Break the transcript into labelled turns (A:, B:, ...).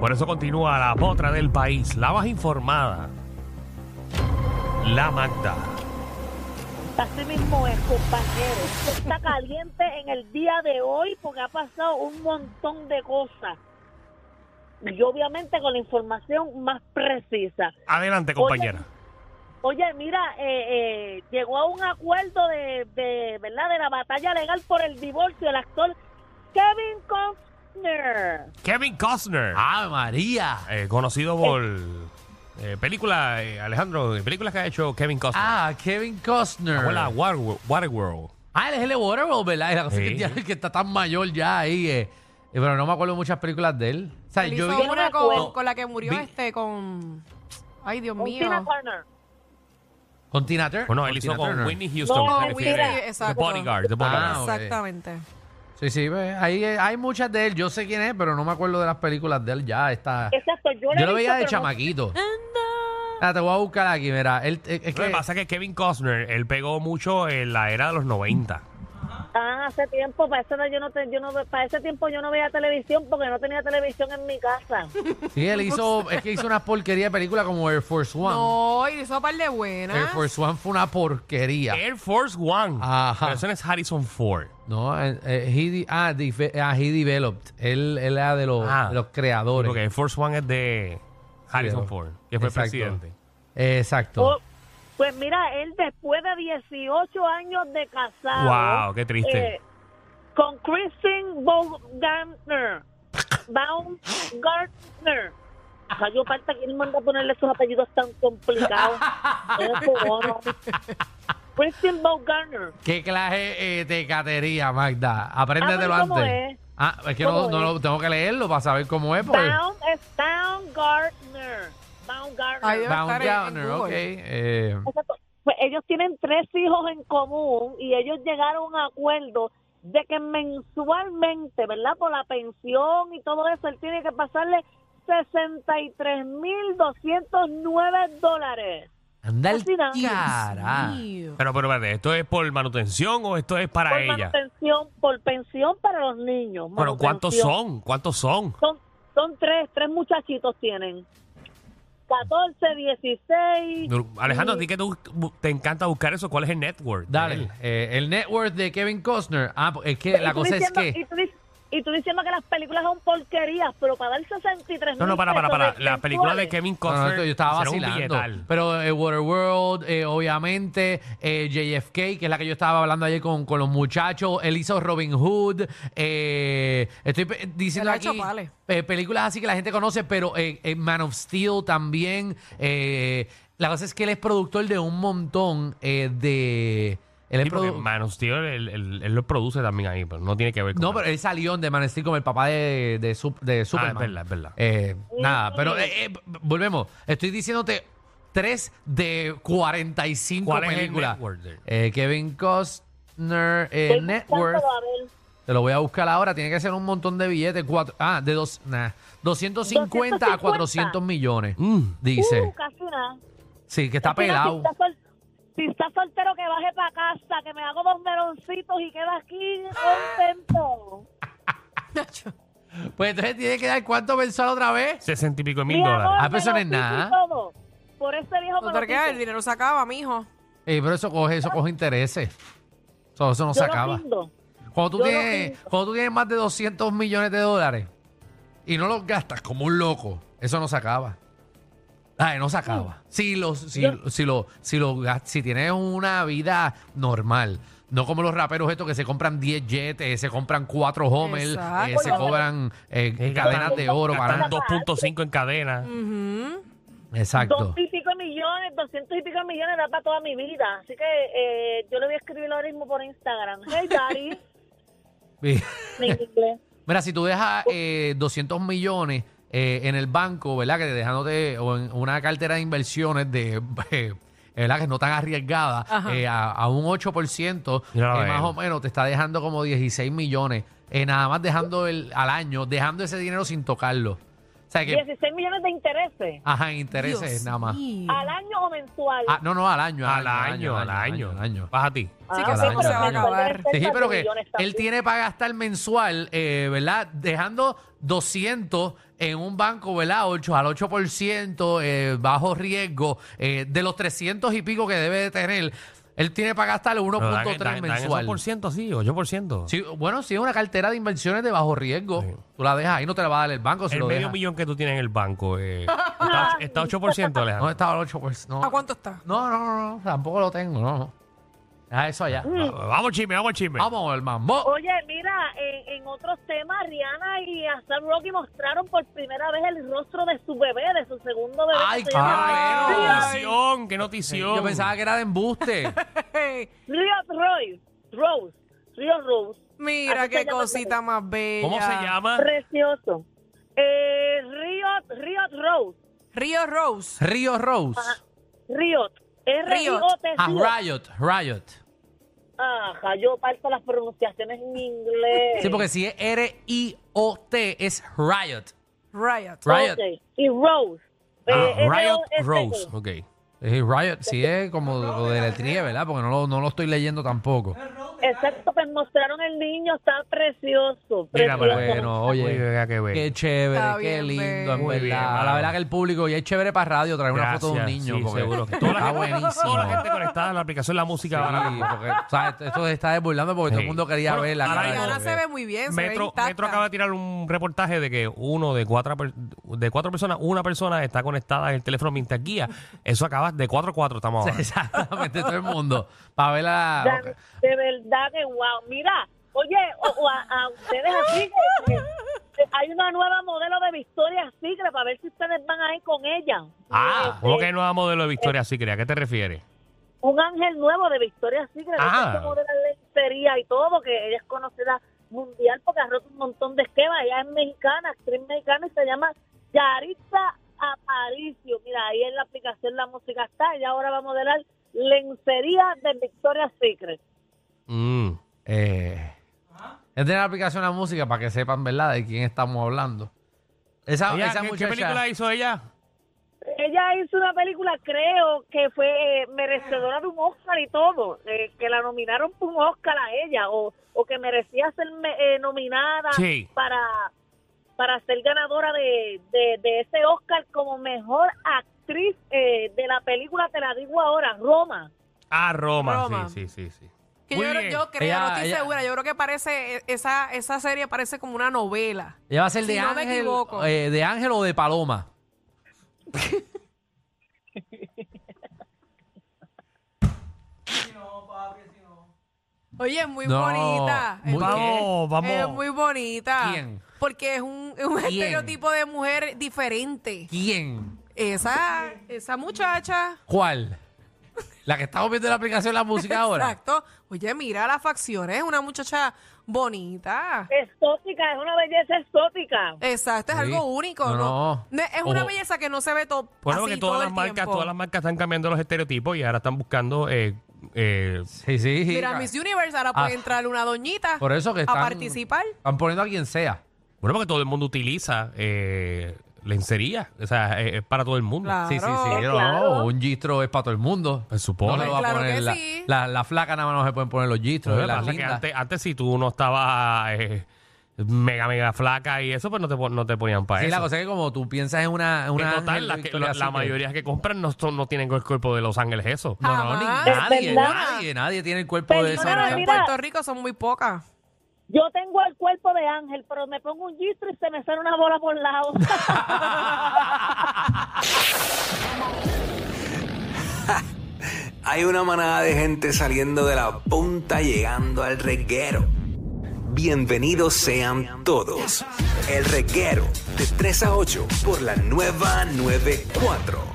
A: Por eso continúa la potra del país, la más informada, la Magda.
B: Así mismo es, compañero. Esto Está caliente en el día de hoy porque ha pasado un montón de cosas. Y obviamente con la información más precisa.
A: Adelante, compañera.
B: Oye, mira, eh, eh, llegó a un acuerdo de, de, ¿verdad? de la batalla legal por el divorcio el actor Kevin Costner.
A: Kevin Costner,
C: ¡Ave Ah, María!
A: eh, conocido por eh, películas, eh, Alejandro, de películas que ha hecho Kevin Costner.
C: Ah, Kevin Costner.
A: Abuela Waterworld. Waterworld.
C: Ah, él es el de Waterworld, ¿verdad? Y la cosa es que,
A: Sí.
C: el diablo que está tan mayor ya ahí. eh, eh, pero no me acuerdo muchas películas de él. O sea,
D: Él
C: yo
D: hizo
C: vi-
B: yo
D: una
B: me
D: con,
B: acuerdo.
D: con la que murió
C: Vi-
D: este, con... Ay, Dios
B: Con
D: mío.
B: Tina Turner.
C: con Tina Turner.
A: Bueno,
C: Con
A: él hizo
C: Tina
A: con
C: Turner.
A: Whitney Houston.
B: No,
A: se refiere.
B: Whitney,
A: The
D: exacto.
A: Bodyguard. The Bodyguard.
C: Ah, ok.
D: Exactamente.
C: Sí, sí, ve, ahí, eh, hay muchas de él. Yo sé quién es, pero no me acuerdo de las películas de él ya. Está...
B: Exacto, yo, la
C: Yo
B: he
C: lo veía de
B: visto, pero no-
C: chamaquito. Ah, te voy a buscar aquí, mira. Él, eh, es
A: Lo que
C: que-
A: pasa es que Kevin Costner, él pegó mucho en la era de los 90.
B: Ah, hace tiempo, para, eso no- yo no te- yo no, para ese tiempo yo no veía televisión porque no tenía televisión en mi casa.
C: Sí, él hizo, es que hizo una porquería de película como Air Force One.
D: No, y hizo un par de buenas.
C: Air Force One fue una porquería.
A: Air Force One.
C: Ajá.
A: Pero eso no es Harrison Ford.
C: No, eh, eh, he de- ah, dife- ah, he developed. Él, él era de los,
A: Ah.
C: de los creadores.
A: Porque Air Force One es de Harrison
C: Sí, de-
A: Ford, que fue
C: Exacto.
A: presidente.
C: Exacto.
B: Oh, pues mira, él después de 18 años de casado.
A: Wow, qué triste.
B: eh, con Kristen Baumgartner. Baumgartner. Ajá, yo falta que él manda a ponerle esos apellidos tan complicados. oh, Es cubano. Kristen Baumgartner.
C: ¿Qué clase eh, de catería, Magda? Apréndetelo
B: Ah, pero ¿cómo
C: antes.
B: es?
C: Ah, es que no,
B: ¿Cómo
C: no
B: es?
C: lo tengo que leerlo para saber cómo es. pues.
A: Pues.
C: Porque...
B: Baum es Baumgartner. Baumgartner.
D: Ay, Dios.
C: Bound
D: Debe estar en- en
C: ok.
D: Google.
C: eh,
B: Exacto. Pues ellos tienen tres hijos en común y ellos llegaron a un acuerdo de que mensualmente, ¿verdad? Por la pensión y todo eso, él tiene que pasarle 63.209 dólares.
C: anda el
B: Así nada. Dios
C: cara.
A: Pero, pero, espérate, ¿esto es por manutención o esto es para
B: por
A: ella?
B: manutención, por pensión para los niños.
A: Pero, ¿cuántos
B: manutención.
A: son? ¿Cuántos son?
B: Son, son tres, tres muchachitos tienen. 14, 16.
A: Alejandro, a
B: y-
A: ti que tú- te encanta buscar eso, ¿cuál es el network? de
C: Dale,
A: él?
C: eh, el net worth de Kevin Costner. Ah, es que
B: y
C: la
B: tú
C: cosa es
B: diciendo-
C: que...
B: Y tú, dic- y tú diciendo que las películas son porquerías, pero para dar 63
A: No, no, para, para, para.
B: pesos de
A: La película de
B: mensuales.
A: Kevin
C: No, no,
A: Costner.
C: esto yo estaba
A: hicieron un
C: vacilando.
A: billetal.
C: Pero eh, Waterworld, eh, obviamente, eh, JFK, que es la que yo estaba hablando ayer con, con los muchachos, él hizo Robin Hood. eh, estoy pe- diciendo
D: Él ha hecho
C: aquí
D: pales.
C: eh, películas así que la gente conoce, pero eh, eh, Man of Steel también. eh, la cosa es que él es productor de un montón eh, de... Él es
A: Sí, porque
C: produ-
A: Man of Steel, él, él- él lo produce también ahí, pero no tiene que ver con
C: no,
A: él.
C: pero él salió en The Man of Steel como el papá de, de, Sup- de Superman.
A: verdad, Ah, es verdad.
C: Eh, nada,
B: Mm.
C: pero eh, eh, volvemos. Estoy diciéndote 3 de 45
A: ¿Cuál es el
C: películas.
A: network de él?
C: Eh, Kevin Costner eh,
B: Estoy
C: Net
B: buscándolo,
C: Worth.
B: a ver.
C: Te lo voy a buscar ahora. Tiene que ser un montón de billetes. Cuatro, ah, de dos, nah, 250
B: 250.
C: a 400 millones.
A: Mm.
C: Dice.
B: Uh, casi nada.
C: sí, que está
B: Casi nada, Si
C: pelado.
B: está, sol- si está soltero, que baje para casa, que me hago dos meloncitos y quedo aquí contento.
D: Nacho.
C: Pues entonces tiene que dar cuánto mensual otra vez.
A: Sesenta y pico de mil
B: Mi
A: dólares.
B: amor,
C: Ah, pero eso no es
B: meloncito y
C: nada.
B: todo. Por ese viejo
D: No, porque el
B: meloncito.
D: dinero se acaba, mijo.
C: Eh, pero eso coge, eso coge intereses. Eso, eso no se
B: Yo lo
C: acaba.
B: brindo.
C: Cuando tú,
B: Yo lo
C: tienes,
B: pienso.
C: cuando tú tienes más de 200 millones de dólares y no los gastas como un loco, eso no se acaba. Ay, no se acaba. Si, los, si,
B: Yo-
C: si, lo, si, lo, gas- si tienes una vida normal, no como los raperos estos que se compran 10 jets, eh, se compran 4 Homer, eh,
D: Exacto.
C: se cobran eh,
A: Sí,
C: cadenas de oro.
A: Gastan
C: bananas.
A: 2.5 en cadena.
D: Ujú.
C: Exacto.
B: Dos y pico millones, doscientos y pico millones da para toda mi vida. Así que eh, yo le voy a escribir ahora mismo por Instagram. Hey, Daddy, en inglés.
C: Mira, si tú dejas eh, 200 millones eh, en el banco, ¿verdad? Que dejándote o en una cartera de inversiones de... eh, ¿verdad? Que no tan arriesgada,
D: Ajá.
C: eh, a, a un 8%,
A: Mira,
C: eh,
A: a ver.
C: más o menos te está dejando como 16 millones, eh, nada más dejando el, al año, dejando ese dinero sin tocarlo. O sea, que,
B: 16 millones de intereses.
C: ajá, intereses
D: Dios
C: nada más.
D: mío.
B: ¿Al año o mensual?
C: Ah, no, no, al año.
A: Al año, al año.
C: al año.
A: Vas a ti.
D: sí, que
B: ok,
C: eso
B: Ah, pero
C: se va a
B: mensual
D: acabar.
B: deben ser
C: Sí, pero que
B: 4 millones
C: él
B: también.
C: tiene para gastar mensual, eh, ¿verdad? Dejando 200 en un banco, ¿verdad? 8 al 8%, eh, bajo riesgo, eh, de los 300 y pico que debe de tener, él tiene para gastar el
A: Pero dan-
C: 1.3
A: dan- dan esos
C: mensual.
A: por ciento, sí, 8%.
C: Sí, bueno, si es una cartera de inversiones de bajo riesgo,
A: Sí.
C: tú la dejas ahí, no te la va a dar el banco si
A: el
C: lo
A: medio
C: dejas.
A: millón que tú tienes en el banco eh, está, está 8%,
C: No
A: Alejandro.
C: estaba al 8%. No.
D: ¿A cuánto está?
C: no, no, no, no, tampoco lo tengo, no, no. Deja eso allá.
A: Ah, Vamos, chisme, vamos, chisme.
C: eh. Vamos, el mambo.
B: Oye, mira, en, en otros temas, Rihanna y Asap Rocky mostraron por primera vez el rostro de su bebé, de su segundo bebé. que
C: Ay,
B: se
C: qué
B: llama
A: ¡Qué
D: Ay.
A: notición! ¡Qué notición!
C: Yo pensaba que era de embuste.
D: Hey,
B: Rio Royce, Rose, Rio Rose,
D: mira
B: Así
D: qué
B: se llama el
D: cosita más bella.
A: ¿Cómo se
C: Ah.
A: llama?
B: precioso. Eh, Riot, Riot Rose,
D: Río Rose.
C: Río Rose.
B: Riot, R-I-O-T,
C: Ah,
B: Riot.
C: Riot, Riot.
B: Ajá, yo parto las pronunciaciones en inglés.
C: Sí, porque si es R-I-O-T es Riot.
D: Riot.
C: Riot.
B: Ok, Y Rose.
A: Ah,
B: eh,
A: Riot
B: R-O-S-E.
A: Rose. Ok.
C: Eh, Riot, sí es como lo de la estrella, ¿verdad? Porque no lo, no lo estoy leyendo tampoco.
B: Exacto, pues mostraron el niño, está precioso.
A: Mira,
B: precioso.
A: para
C: Bueno, oye,
A: Uy, vea qué bello.
C: Qué chévere,
D: Está
C: qué
D: bien
C: lindo, en
D: bello.
A: Muy bien,
C: verdad. la
A: mano.
C: verdad que el público, y es chévere para radio traer una foto de un
A: Gracias,
C: niño.
A: sí,
C: porque
A: seguro. Toda la
C: Está
A: gente-
C: buenísimo.
A: Toda la gente conectada a la aplicación La Música ahora.
C: Sí, porque, o sea, esto, esto se está desbordando porque todo el
A: Sí.
C: mundo quería
A: Bueno,
C: ver la
A: ahora
C: cara
A: mismo-
C: del
D: Rihanna
C: bebé.
D: se ve muy bien. se ve
A: Metro,
D: intacta.
A: Metro acaba de tirar un reportaje de que uno de cuatro per- de cuatro personas, una persona está conectada en el teléfono Mintas Guía. Eso acaba de 4 a 4 estamos ahora.
C: Exactamente, todo el mundo. Para ver
A: ah,
C: la...
B: Ya, De verdad que wow. Mira, oye, o- o a, a ustedes así que, que hay una nueva modelo de Victoria Secret para ver si ustedes van a ir con ella.
A: Ah,
B: Este,
A: ¿cómo que no nuevo modelo de Victoria Secret? ¿A qué te refieres?
B: Un ángel nuevo de Victoria Secret.
A: Ah.
B: Ah. modelo de lencería y todo, que ella es conocida mundial porque ha roto un montón de esquemas. Ella es mexicana, actriz mexicana y se llama Yaritza Aparicio. Mira, ahí en la aplicación la música está. Ella ahora va a modelar lencería de Victoria Secret.
A: Mm,
C: Eh, es de la aplicación a música para que sepan, ¿verdad?, de quién estamos hablando. Esa,
A: Ella,
C: Ah, esa
A: ¿qué- ¿qué,
C: muchacha.
A: película hizo ella?
B: Ella hizo una película, creo, que fue eh, merecedora de un Oscar y todo, eh, que la nominaron por un Oscar a ella, o, o que merecía ser me- eh, nominada
A: Sí.
B: para, para ser ganadora de, de- de ese Oscar como mejor actriz eh, de la película, te la digo ahora, Roma.
A: Ah, Roma.
D: Roma.
A: Sí, sí, sí, sí.
D: Que
A: Muy
D: yo, creo-
A: bien.
D: yo creo,
C: Ella-
D: no estoy
C: ella-
D: segura, yo creo que parece, e- esa, esa serie parece como una novela.
C: Ella va a ser
D: Si
C: de,
D: no me
C: ángel,
D: equivoco.
C: eh, de Ángel o de Paloma.
D: Oye, es muy
C: No,
D: bonita.
C: muy-
D: es,
A: Vamos, vamos.
D: es muy bonita.
C: ¿Quién?
D: Porque es un, es un
C: ¿Quién?
D: estereotipo de mujer diferente.
C: ¿Quién?
D: Esa, esa muchacha.
C: ¿Cuál? La que estamos viendo en la aplicación la música ahora.
D: Exacto. Oye, mira las facciones, es una muchacha bonita.
B: Exótica, es una belleza exótica.
D: Exacto, es
C: Sí.
D: algo único,
C: No,
D: ¿no?
C: no.
D: No, Es una
C: Ojo.
D: belleza que no se ve todo
C: Ah,
A: Bueno,
D: así
A: porque
D: todo
A: todas las
D: el
A: marcas,
D: tiempo.
A: todas las marcas están cambiando los estereotipos y ahora están buscando eh, eh,
C: Sí, sí. sí.
D: Mira, Miss Universe, ahora
C: Ah.
D: puede entrar una doñita
C: Por eso que están,
D: a participar.
C: están poniendo a quien sea.
A: Bueno, porque todo el mundo utiliza eh, lencería. O sea, eh, es para todo el mundo.
D: Claro.
C: Sí, sí, sí.
B: Claro.
C: no, un gistro es para todo el mundo.
A: Pues supone.
C: No le va a
D: Claro
C: poner
D: que
C: la,
D: sí.
C: la- la flaca nada más no se pueden poner los
A: Lo
C: gistros.
A: que
C: y las
A: Pues pasa es que
C: lindas.
A: antes, antes si tú no estabas eh, mega, mega flaca y eso, pues no te, pon- no te ponían para
C: Sí,
A: eso.
C: la cosa es que como tú piensas en una... En
A: En
C: una
A: total,
C: Ángel
A: las que-
C: Victoria
A: la, la
C: Secret.
A: mayoría que compran no, son- no tienen el cuerpo de Los Ángeles eso.
C: No, no, ni
D: Jamás.
C: nadie,
B: Es verdad.
C: nadie, nadie tiene el cuerpo de esa
B: Perdóname,
D: Bueno, en
C: manera.
B: mira.
D: Puerto Rico son muy pocas.
B: Yo tengo el cuerpo de ángel, pero me pongo un gistro y se me sale una bola por lado.
E: Hay una manada de gente saliendo de la punta llegando al reguero. Bienvenidos sean todos. El reguero de 3 a 8 por la nueva 94.